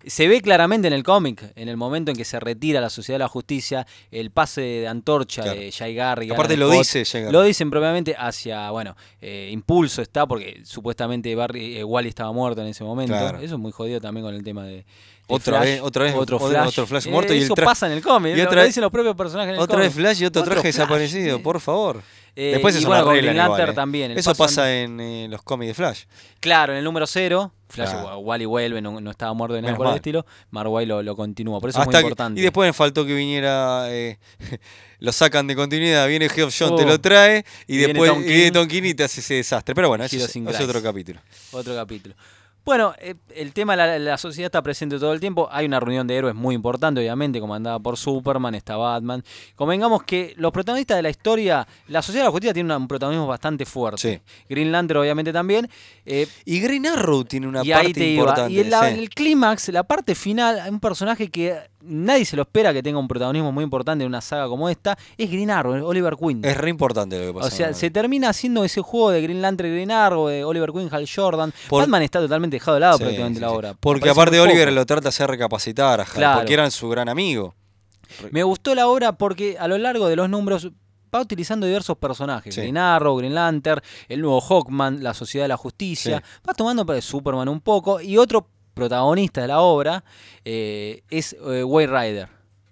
se ve claramente en el cómic, en el momento en que se retira la Sociedad de la Justicia, el pase de antorcha Claro. de Jay Garrick. Aparte Alan lo Scott. dice, llega. Lo dicen propiamente hacia, bueno, eh, impulso está, porque supuestamente Barry, eh, Wally estaba muerto en ese momento. Claro. Eso es muy jodido también con el tema de. de Otra Flash. vez- otra vez- otro otro- Flash, otro Flash Eh, muerto y el eso tra- pasa en el cómic. y lo- otra- lo dicen los propios personajes en el Otra cómic. vez Flash y otro, traje Flash, desaparecido, sí. por favor. Eh, Después y es bueno, una con regla eh. Green Lantern también. le Eso pasan- pasa en eh, los cómics de Flash. Claro, en el número cero, Flash Claro. Wally vuelve, no, no estaba muerto ni nada Menos por el mal. estilo. Marway lo, lo continúa, por eso Hasta es que- muy importante. y después me faltó que viniera. eh, lo sacan de continuidad. Viene Geoff John, te Oh. lo trae. Y, Y viene después Tom y viene King. Tom King y te hace ese desastre. Pero bueno, ese Giro es, sin ese es gracia. otro capítulo. Otro capítulo. Bueno, eh, el tema de la, la sociedad está presente todo el tiempo. Hay una reunión de héroes muy importante, obviamente, comandada por Superman, está Batman. Convengamos que los protagonistas de la historia, la sociedad de la justicia tiene una- un protagonismo bastante fuerte. Sí. Green Lantern, obviamente, también. Eh, Y Green Arrow tiene una y parte ahí te iba. importante. Y en la- sí. el clímax, la parte final, hay un personaje que nadie se lo espera que tenga un protagonismo muy importante en una saga como esta, es Green Arrow, Oliver Queen. Es re importante lo que pasa. O sea, se termina haciendo ese juego de Green Lantern, Green Arrow, de Oliver Queen, Hal Jordan. Por- Batman está totalmente dejado de lado Sí, prácticamente sí, la sí. obra. Porque Aparece aparte muy Oliver poco. lo trata de hacer recapacitar a Hal, Claro. porque eran su gran amigo. Me gustó la obra porque a lo largo de los números va utilizando diversos personajes. Sí. Green Arrow, Green Lantern, el nuevo Hawkman, la Sociedad de la Justicia. Va tomando para Superman un poco y otro protagonista de la obra eh, es eh, Way Rider,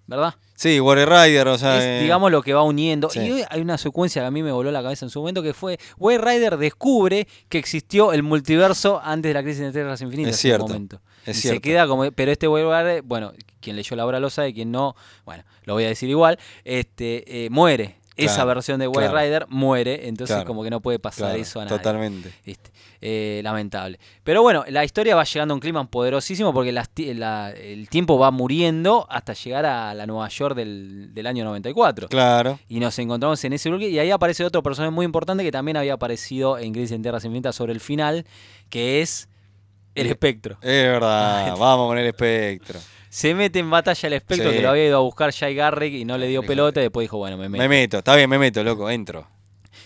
¿verdad? Sí, Warrior Rider, o sea. eh, es, digamos, lo que va uniendo. sí. Y hoy hay una secuencia que a mí me voló la cabeza en su momento que fue Way Rider descubre que existió el multiverso antes de la crisis de Tierras Infinitas. Es en ese cierto, momento. es Y cierto. Se queda como, pero este Way Rider, bueno, quien leyó la obra lo sabe, quien no, bueno, lo voy a decir igual, este eh, muere. Esa Claro, versión de Way claro. Rider muere, entonces Claro, como que no puede pasar claro, eso a nadie. totalmente. Este, eh, lamentable. Pero bueno, la historia va llegando a un clima poderosísimo porque las ti- la- el tiempo va muriendo hasta llegar a la Nueva York del, del año 94. Claro. Y nos encontramos en ese bloque y ahí aparece otro personaje muy importante que también había aparecido en Crisis en Tierras Infinitas sobre el final, que es Eh, el Sí. espectro. Es verdad, vamos con el espectro. Se mete en batalla el espectro Sí. que lo había ido a buscar Jay Garrick y no le dio Híjole. pelota y después dijo, bueno, me meto. Me meto, está bien, me meto, loco, entro.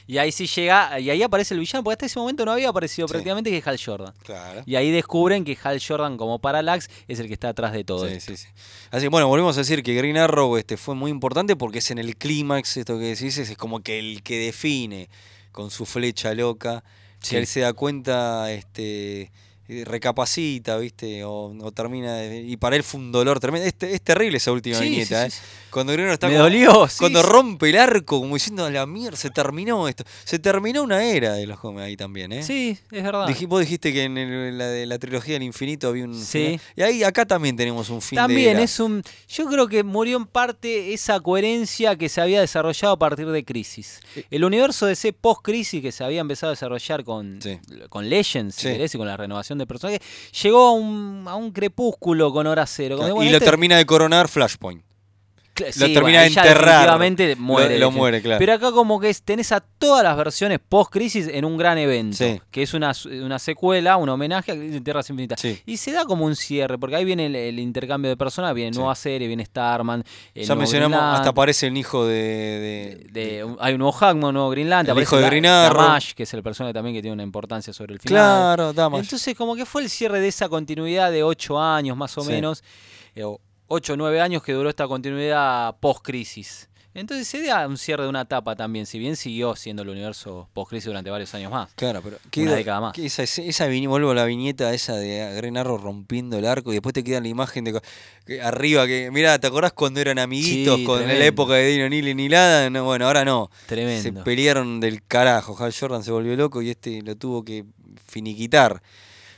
Y ahí sí llega, y ahí aparece el villano, porque hasta ese momento no había aparecido Sí. prácticamente que es Hal Jordan. Claro. Y ahí descubren que Hal Jordan, como Parallax, es el que está atrás de todo. Sí, esto. sí, sí. Así que, bueno, volvemos a decir que Green Arrow este, fue muy importante porque es en el clímax, esto que decís, es, es como que el que define con su flecha loca. Si Sí. él se da cuenta, este eh, recapacita, ¿viste? O, o termina. de- y para él fue un dolor tremendo. Es, te- es terrible esa última Sí, viñeta, sí, sí, ¿eh? Cuando Green Arrow está Me como- dolió, sí, Cuando sí. rompe el arco, como diciendo a la mierda, se terminó esto. Se terminó una era de los cómics ahí también, ¿eh? Sí, es verdad. Dij- vos dijiste que en el- la, de la trilogía del infinito había un Sí. final. Y ahí acá también tenemos un fin de También era. es un. Yo creo que murió en parte esa coherencia que se había desarrollado a partir de Crisis. Eh. El universo de ese post-Crisis que se había empezado a desarrollar con, Sí. con Legends, si Sí. querés, y con la renovación de personajes, llegó a un, a un crepúsculo con hora cero. como, Claro, bueno, y lo este- termina de coronar Flashpoint. Cla- lo sí, termina de bueno, ya enterrar. definitivamente Lo- muere. lo definitivamente. muere, claro. Pero acá como que es- tenés a todas las versiones post-crisis en un gran evento. Sí. Que es una, su- una secuela, un homenaje a Crisis en Tierras Infinitas. Sí. Y se da como un cierre, porque ahí viene el, el intercambio de personas, viene Sí. nueva serie, viene Starman. el ya nuevo mencionamos, Green hasta Lantern, aparece el hijo de. de- de- un- hay un nuevo Hackman, un nuevo Green Lantern, El hijo aparece de la- Green Arrow. Gamache, que es el personaje también que tiene una importancia sobre el final. Claro, dama. Entonces, como que fue el cierre de esa continuidad de ocho años más o Sí. menos, eh, o ocho o nueve años que duró esta continuidad post-crisis. Entonces se da un cierre de una etapa también, si bien siguió siendo el universo post-crisis durante varios años más. Claro, pero. Una década más. que Esa, esa vi- vuelvo a la viñeta esa de Green Arrow rompiendo el arco y después te queda la imagen de. co- que Arriba, que. Mira, ¿te acordás cuando eran amiguitos Sí, con tremendo. la época de Dino Neal y Nilada? No, bueno, ahora no. Tremendo. Se pelearon del carajo. Hal Jordan se volvió loco y este lo tuvo que finiquitar.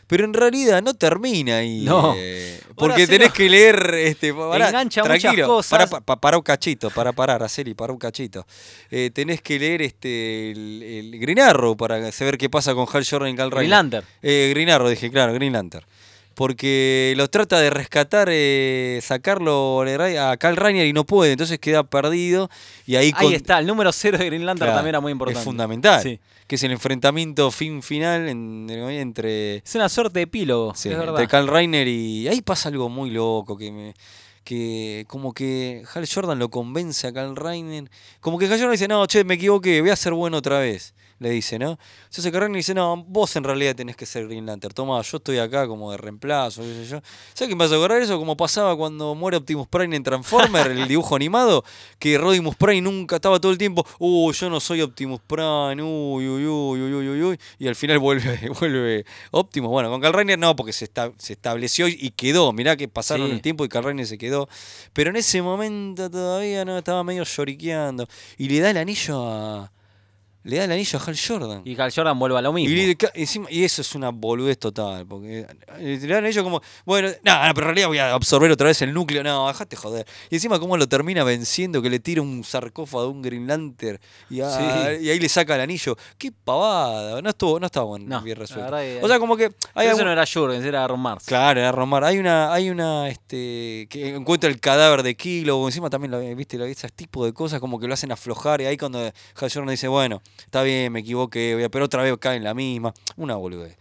Pero en realidad no termina ahí. No. eh, Ahora porque sí, tenés no. que leer. Este, pará, Engancha muchas tranquilo, cosas. Para, un cachito, para parar, Araceli, para un cachito. Eh, tenés que leer este el, el Green Arrow para saber qué pasa con Hal Jordan y Cal Green Lantern. eh, Green Arrow, dije, claro, Green Lantern. Porque lo trata de rescatar, eh, sacarlo a Cal Reiner y no puede, entonces queda perdido. Y ahí, Ahí con- está, el número cero de Green Lantern Claro, también era muy importante. Es fundamental. Sí. Que es el enfrentamiento fin final en- entre, Es una suerte de epílogo, sí, es verdad. entre Carl Reiner y. Ahí pasa algo muy loco que me. Que como que Hal Jordan lo convence a Carl Reiner. Como que Hal Jordan dice, no, che, me equivoqué, voy a ser bueno otra vez. Le dice, ¿no? Entonces Carl Reiner dice, no, vos en realidad tenés que ser Green Lantern. Toma, yo estoy acá como de reemplazo, qué sé yo. ¿Sabes qué me hace acordar eso? Como pasaba cuando muere Optimus Prime en Transformer, el dibujo animado, que Rodimus Prime nunca estaba todo el tiempo, uy, yo no soy Optimus Prime, uy, uy, uy, uy, uy, uy, uy", y al final vuelve, vuelve Optimus. Bueno, con Carl Reiner no, porque se, esta- se estableció y- y quedó. Mirá que pasaron Sí. el tiempo y Carl Reiner se quedó. Pero en ese momento todavía no, estaba medio lloriqueando. Y le da el anillo a. Le da el anillo a Hal Jordan. Y Hal Jordan vuelve a lo mismo. Y, le- ca- encima- y eso es una boludez total, porque eh, le dan ellos como, bueno, no, no, pero en realidad voy a absorber otra vez el núcleo, no, dejate joder. Y encima cómo lo termina venciendo, que le tira un sarcófago a un Green Lantern y, a- y ahí le saca el anillo. Qué pavada, no estuvo, no estaba buen- No, bien la resuelto. verdad que- O sea, como que hay Eso algún- no era Jurgens, era Aaron Mars. Claro, era Romar. Hay una, hay una, este, que encuentra el cadáver de Kilo, encima también, lo, eh, viste, lo- ese tipo de cosas como que lo hacen aflojar y ahí cuando Hal Jordan dice, bueno, está bien, me equivoqué, voy a- pero otra vez cae en la misma, una boludez.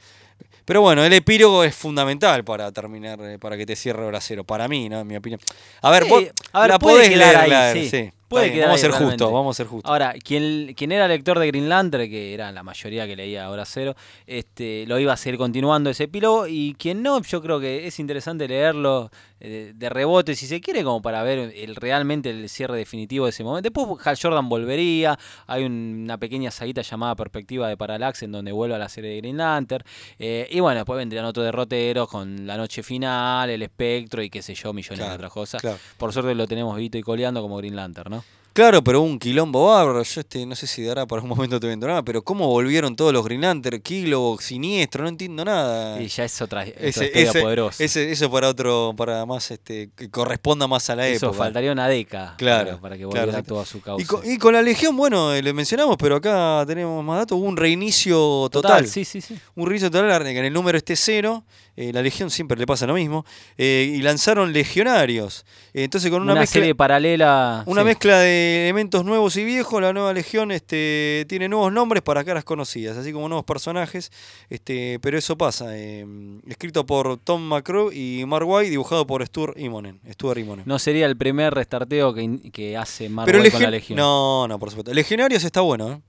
Pero bueno, el epílogo es fundamental para terminar, eh, para que te cierre el brasero, para mí, ¿no? En mi opinión. A ver, Sí, vos a ver, la puede podés quedar leer, la- ahí, sí. sí. Puede bien, quedar vamos a ser ahí justos, realmente. vamos a ser justos. Ahora, quien, quien era lector de Green Lantern, que era la mayoría que leía ahora cero, este, lo iba a seguir continuando ese epílogo. Y quien no, yo creo que es interesante leerlo eh, de, de rebote, si se quiere, como para ver el, realmente el cierre definitivo de ese momento. Después Hal Jordan volvería, hay un- una pequeña saguita llamada Perspectiva de Parallax, en donde vuelve a la serie de Green Lantern. Eh, y bueno, después vendrían otros derroteros con La Noche Final, El Espectro y qué sé yo, millones Claro, de otras cosas. claro. Por suerte lo tenemos vivito y coleando como Green Lantern, ¿no? Claro, pero un quilombo bárbaro. Yo este, no sé si dará para un momento te vendo nada, pero ¿cómo volvieron todos los Green Lantern? Kilo, siniestro, no entiendo nada. Y ya es otra, otra Ah. Ese- historia ese- poderosa. ese- eso para otro, para más, este, que corresponda más a la Eso época. faltaría una década Claro, para, para que claro, volviera exacto. todo a su causa. Y con, y con la Legión, bueno, eh, lo mencionamos, pero acá tenemos más datos. Hubo un reinicio total. Sí, sí, sí. Un reinicio total, que en el número esté cero. eh, la Legión siempre le pasa lo mismo. eh, y lanzaron legionarios. Eh, entonces, con Una, una, mezcla. serie paralela. Una sí. mezcla de elementos nuevos y viejos, la nueva legión este, tiene nuevos nombres para caras conocidas, así como nuevos personajes, este, pero eso pasa. eh, escrito por Tom McCrew y Mark White, dibujado por Stuart Imonen. Stuart Imonen. No sería el primer restarteo que, in- que hace Marvel pero con la Legio- Legión. No, no, por supuesto. Legionarios está bueno, ¿eh?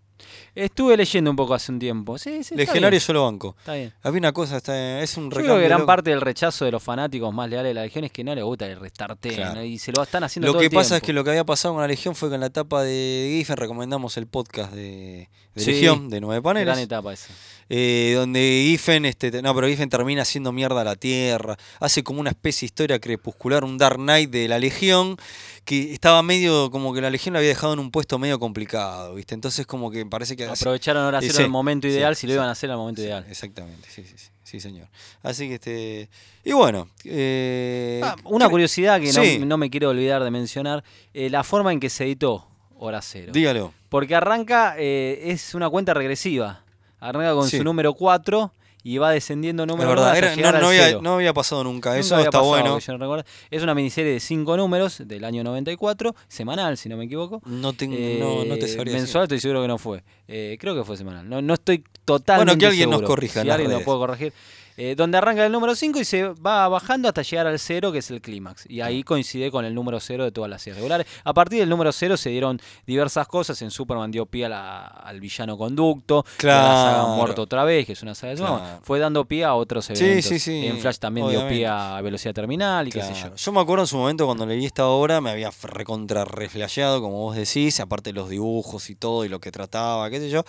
Estuve leyendo un poco hace un tiempo. Sí, sí. está Legionarios yo lo banco. bien, Está bien. Había una cosa, está- es un Yo creo que recambio gran loco. parte del rechazo de los fanáticos más leales de la Legión es que no le gusta el restarteo. Claro. ¿no? Y se lo están haciendo Lo todo que el pasa es tiempo. que lo que había pasado con la Legión fue que en la etapa de Giffen recomendamos el podcast de, de Sí. Legión, de Nueve Paneles. Gran etapa esa. eh, donde Giffen, este, te- no, pero Giffen termina haciendo mierda a la Tierra, hace como una especie de historia crepuscular, un Dark Knight de la Legión, que estaba medio, como que la Legión la había dejado en un puesto medio complicado, ¿viste? Entonces como que parece que... así- Aprovecharon ahora Sí, hacerlo sí, en el momento sí, ideal si lo sí, iban a hacer al momento sí, ideal. Exactamente, sí, sí, sí, sí, señor. Así que este... Y bueno, eh, Ah, una cre- curiosidad que no- Sí. no, me quiero olvidar de mencionar, eh, la forma en que se editó Hora Cero. Dígalo. Porque arranca, eh, es una cuenta regresiva. Arranca con Sí. su número 4 y va descendiendo Es número uno verdad, hasta era- llegar no, al no había, cero. no había pasado nunca, Nunca eso había está pasado, bueno. que yo recuerdo. Es una miniserie de 5 números del año 94, semanal, si no me equivoco. No, tengo- no, no te Eh, sabría decir. Mensual estoy seguro que no fue. Eh, creo que fue semanal. No, no estoy totalmente Bueno, que alguien nos seguro. corrija en Si las alguien lo redes. puede corregir. Eh, donde arranca el número 5 y se va bajando hasta llegar al 0, que es el clímax. Y ahí coincide con el número 0 de todas las series regulares. A partir del número 0 se dieron diversas cosas. En Superman dio pie a la- al villano conducto. y a La saga Claro. muerto otra vez, que es una saga de Superman. Claro. Fue dando pie a otros Sí, eventos. sí, sí, En Flash también dio obviamente. pie a velocidad terminal y qué sé yo. Claro. me acuerdo en su momento cuando leí esta obra, me había f- recontra reflasheado, como vos decís, aparte los dibujos y todo, y lo que trataba, qué sé yo.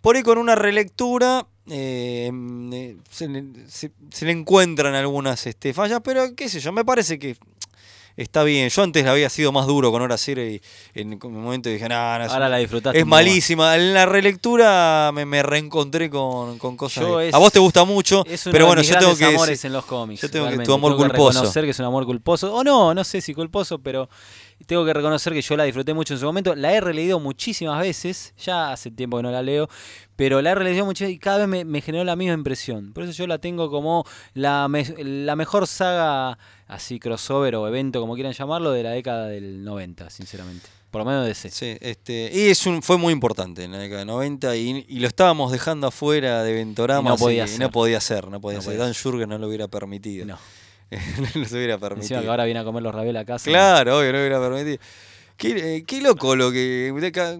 Por ahí con una relectura eh, em, eh, se, le, se- se le encuentran algunas este, fallas, pero qué sé yo, me parece que está bien. Yo antes había sido más duro con Hora Cero y en un momento dije, nah, no, es, Ahora un- la disfrutaste. es un poco más. malísima. En la relectura me, me reencontré con, con cosas. Yo de- es- a vos te gusta mucho, Es uno pero de bueno, mis yo tengo grandes que. amores decir- en los cómics. yo tengo que- tu realmente. amor Tengo que culposo. reconocer que es un amor culposo. O no, no sé si culposo, pero tengo que reconocer que yo la disfruté mucho en su momento. La he releído muchísimas veces. Ya hace tiempo que no la leo. Pero la he releído muchas y cada vez me, me generó la misma impresión. Por eso yo la tengo como la, me- la mejor saga, así crossover o evento, como quieran llamarlo, de la década del 90, sinceramente. Por lo menos de ese. Sí, este, y es un, fue muy importante en la década de 90 y, y lo estábamos dejando afuera de Ventorama. Y no así podía que ser. No podía ser, no podía No ser. podía Dan Jurgen no lo hubiera permitido. No. no lo hubiera permitido. Encima que ahora viene a comer los Rabel a casa. Claro, obvio, no lo hubiera permitido. Qué, eh, qué loco lo que. de ca-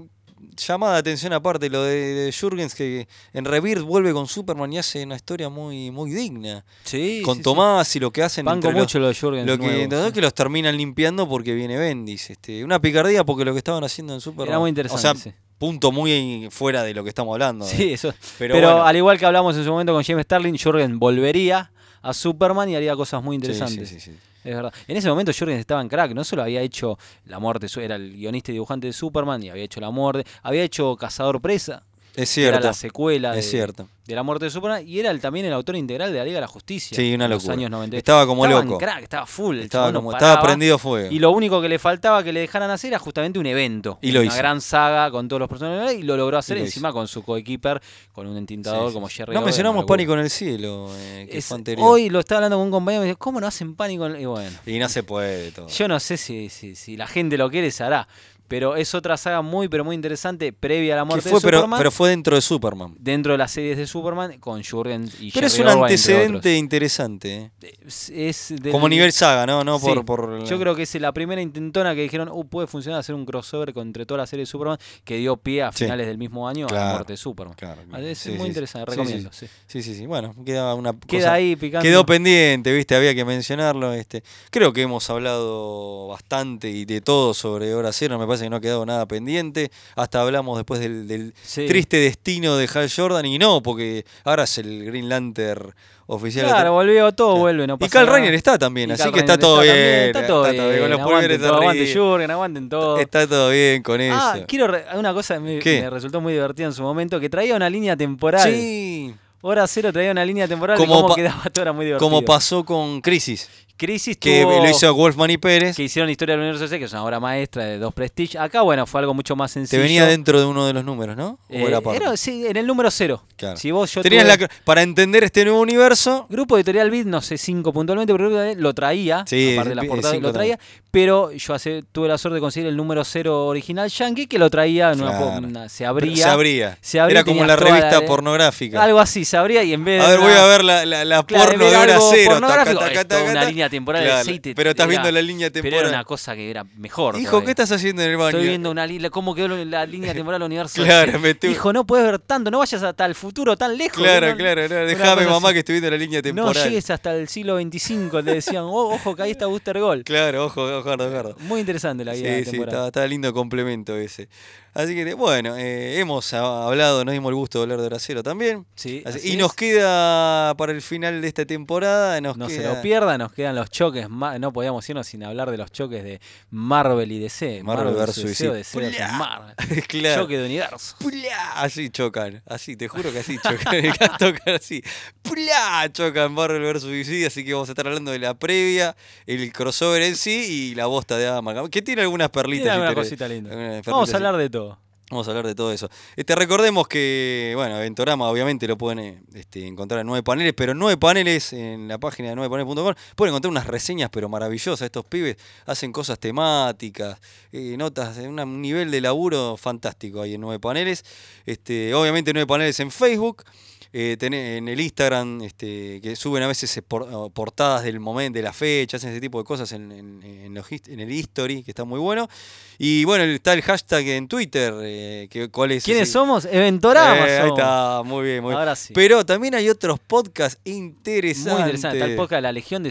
Llamada de atención aparte lo de, de Jurgens que en Rebirth vuelve con Superman y hace una historia muy, muy digna. Sí, con sí, sí. Tomás y lo que hacen Banco entre los- mucho lo de Jürgen. lo que, los dos que los terminan limpiando porque viene Bendis. Este, una picardía porque lo que estaban haciendo en Superman. Era muy interesante, O sea, sí. punto muy fuera de lo que estamos hablando. Sí, ¿eh? eso. Pero, Pero, bueno. al igual que hablamos en su momento con James Starling, Jorgen volvería a Superman y haría cosas muy Sí, sí, interesantes. sí, sí. Es verdad. En ese momento Jorgen estaba en crack, no solo había hecho La Muerte, su- era el guionista y dibujante de Superman y había hecho La Muerte, había hecho Cazador Presa, Es que cierto. era la secuela de, es cierto. de La Muerte de Superman y era el- también el autor integral de la Liga de la Justicia. Sí, una en los locura. años 90. Estaba como estaba en loco. crack, estaba full, el Estaba, chabón no como, estaba paraba. prendido fuego. Y lo único que le faltaba que le dejaran hacer era justamente un evento. Y lo una hizo. gran saga con todos los personajes y lo logró hacer Y lo encima con su coequiper, con un Sí, entintador sí, como sí. Jerry No Gordon, mencionamos alguno. Pánico en el Cielo, eh, que Es- fue anterior. hoy lo estaba hablando con un compañero y me dice, ¿cómo no hacen pánico? en el-?" Y bueno, Y no se puede todo. yo no sé si, si, si la gente lo quiere, se hará. Pero es otra saga muy, pero muy interesante previa a la Que muerte fue, de pero, Superman. pero fue dentro de Superman. dentro de las series de Superman con Jurgen y Pero es Jerry un Orwell, entre antecedente otros. interesante. ¿eh? Es- es del- Como nivel saga, ¿no? no Sí. por, por Yo creo que es la primera intentona que dijeron, uh, puede funcionar hacer un crossover con- entre toda la serie de Superman, que dio pie a Sí. finales del mismo año a la Claro. muerte de Superman. Claro, Ah, Es sí, muy sí, interesante, sí, recomiendo. sí. Sí, sí, sí. Bueno, queda una Queda cosa- ahí picando. Quedó pendiente, viste, había que mencionarlo. Este, creo que hemos hablado bastante y de todo sobre Hora Cero. Me parece que no ha quedado nada pendiente. Hasta hablamos después del, del Sí. triste destino de Hal Jordan. Y no, porque ahora es el Green Lantern oficial. Claro, volvió, todo Claro. vuelve, no y pasa Carl nada. Reiner está también, Y así Carl que está Reiner todo, también, bien, Está todo bien. Con los pulgares aguanten todo, aguante arriba. Jürgen, aguanten todo. Está todo bien con eso. Ah, quiero re- una cosa me, ¿Qué? me resultó muy divertida en su momento, que traía una línea temporal. sí, Hora cero traía una línea temporal Como de cómo pa- quedaba todo era muy divertido. como pasó con Crisis, Crisis que tuvo- lo hizo Wolfman y Pérez. que hicieron Historia del Universo C, que es una obra maestra de dos Prestige. Acá, bueno, fue algo mucho más Te sencillo. venía dentro de uno de los números, ¿no? O Eh, era aparte. era- sí, en el número cero. Claro. Si vos, yo Tenías la tuve- cro- para entender este nuevo universo. Grupo Editorial Bit, no sé, cinco puntualmente, pero Grupo Editorial lo traía, Sí, aparte de la el- el portada, cinco lo traía, pero yo hace, tuve la suerte de conseguir el número cero original Yankee, que lo traía en una, po- Claro. una- se pero abría, Se abría. se abría y Era como tenías la toda la- revista pornográfica. algo así, se abría y en vez de... a ver, voy una- a ver la, la, la claro, porno ver de hora algo cero. taca, pornográfico, taca, es toda taca, una taca. línea temporal de Claro, aceite, Pero estás era- viendo la línea Pero era una temporal. cosa que era mejor. Hijo, todavía. ¿qué estás haciendo en el baño? Estoy viendo una li- la- cómo quedó la línea temporal del universo. Claro, Sí. me estuve- Hijo, no puedes ver tanto, no vayas hasta el futuro tan lejos. Claro, no- claro, claro. una Déjame, cosa mamá, así. que estoy viendo la línea No temporal. llegues hasta el siglo XXV, le decían, "Oh, ojo que ahí está Booster Gold. Claro, ojo, ojo, gordo, gordo. Muy interesante la vida Sí, sí, temporal. está, está lindo complemento ese. Así que, bueno, eh, hemos ah, hablado, nos dimos el gusto de hablar de Horacero también. Sí, Así- así y nos es. queda para el final de esta temporada. Nos No se queda lo pierda, nos quedan los choques. ma- No podíamos irnos sin hablar de los choques de Marvel y DC. Marvel versus DC. DC. DC versus Pulá. Marvel. claro. Choque de universo. ¡Pulá! Así chocan, así, te juro que así chocan. Acá tocan así. ¡Pulá! Chocan Marvel vs. DC, así que vamos a estar hablando de la previa, el crossover en sí y la bosta de Adam Arkham, que tiene algunas perlitas. Tiene si alguna querés. cosita linda. Algunas Vamos perlitas, a sí. hablar de todo. Vamos a hablar de todo eso. Este, recordemos que, bueno, Ventorama obviamente lo pueden eh, este, encontrar en Nueve Paneles, pero en Nueve Paneles, en la página de 9paneles.com, pueden encontrar unas reseñas, pero maravillosas. Estos pibes hacen cosas temáticas, eh, notas, eh, una- un nivel de laburo fantástico ahí en Nueve Paneles. Este, obviamente Nueve Paneles en Facebook. eh, tené- en el Instagram, este, que suben a veces eh, por- o portadas del momento, de la fecha, hacen ese tipo de cosas en, en- en los hist- en el history, que está muy bueno. Y bueno, el- está el hashtag en Twitter, eh, que, ¿cuál es? ¿Quiénes ese? somos? Eventorama. Eh, ahí somos. está, muy bien, muy bien. Ahora sí. Pero también hay otros podcasts interesantes. Muy interesante. Está el podcast de la Legión de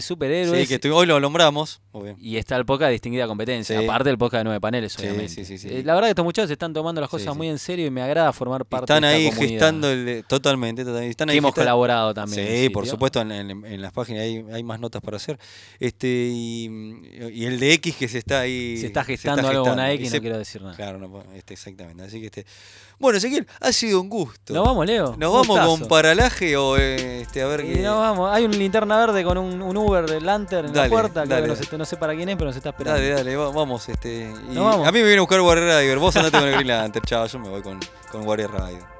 Sí, Superhéroes. que estu- hoy lo nombramos. Muy bien. Y está el podcast de Distinguida Competencia, Sí. aparte del podcast de Nueve Paneles, Sí, obviamente. sí, sí, sí. Eh, la verdad que estos muchachos se están tomando las Sí, cosas sí. muy en serio y me agrada formar parte Están de esta ahí comunidad. gestando el. de- Totalmente, totalmente. Están Que ahí hemos gestando- colaborado también. en Sí, el por sitio. supuesto, en, en- en las páginas hay, hay más notas para hacer. Este y, y el de X que se está ahí. Se está gestando algo, una gestando. X, Y no se- quiero decir nada. Claro, no puedo- este, exactamente. Así que este. Bueno, Ezequiel, ha sido un gusto. Nos vamos, Leo. ¿Nos Un vamos gustazo. con paralaje o eh, este, a ver Y qué. nos vamos. Hay un linterna verde con un, un Uber de Lantern en Dale, la puerta. creo dale, que no, dale. sé, no sé para quién es, pero nos está esperando. Dale, dale, va- vamos. Este, y Nos vamos. A mí me viene a buscar Warrior Rider. Vos andate con el Green Lantern, chao. Yo me voy con, con Warrior Rider.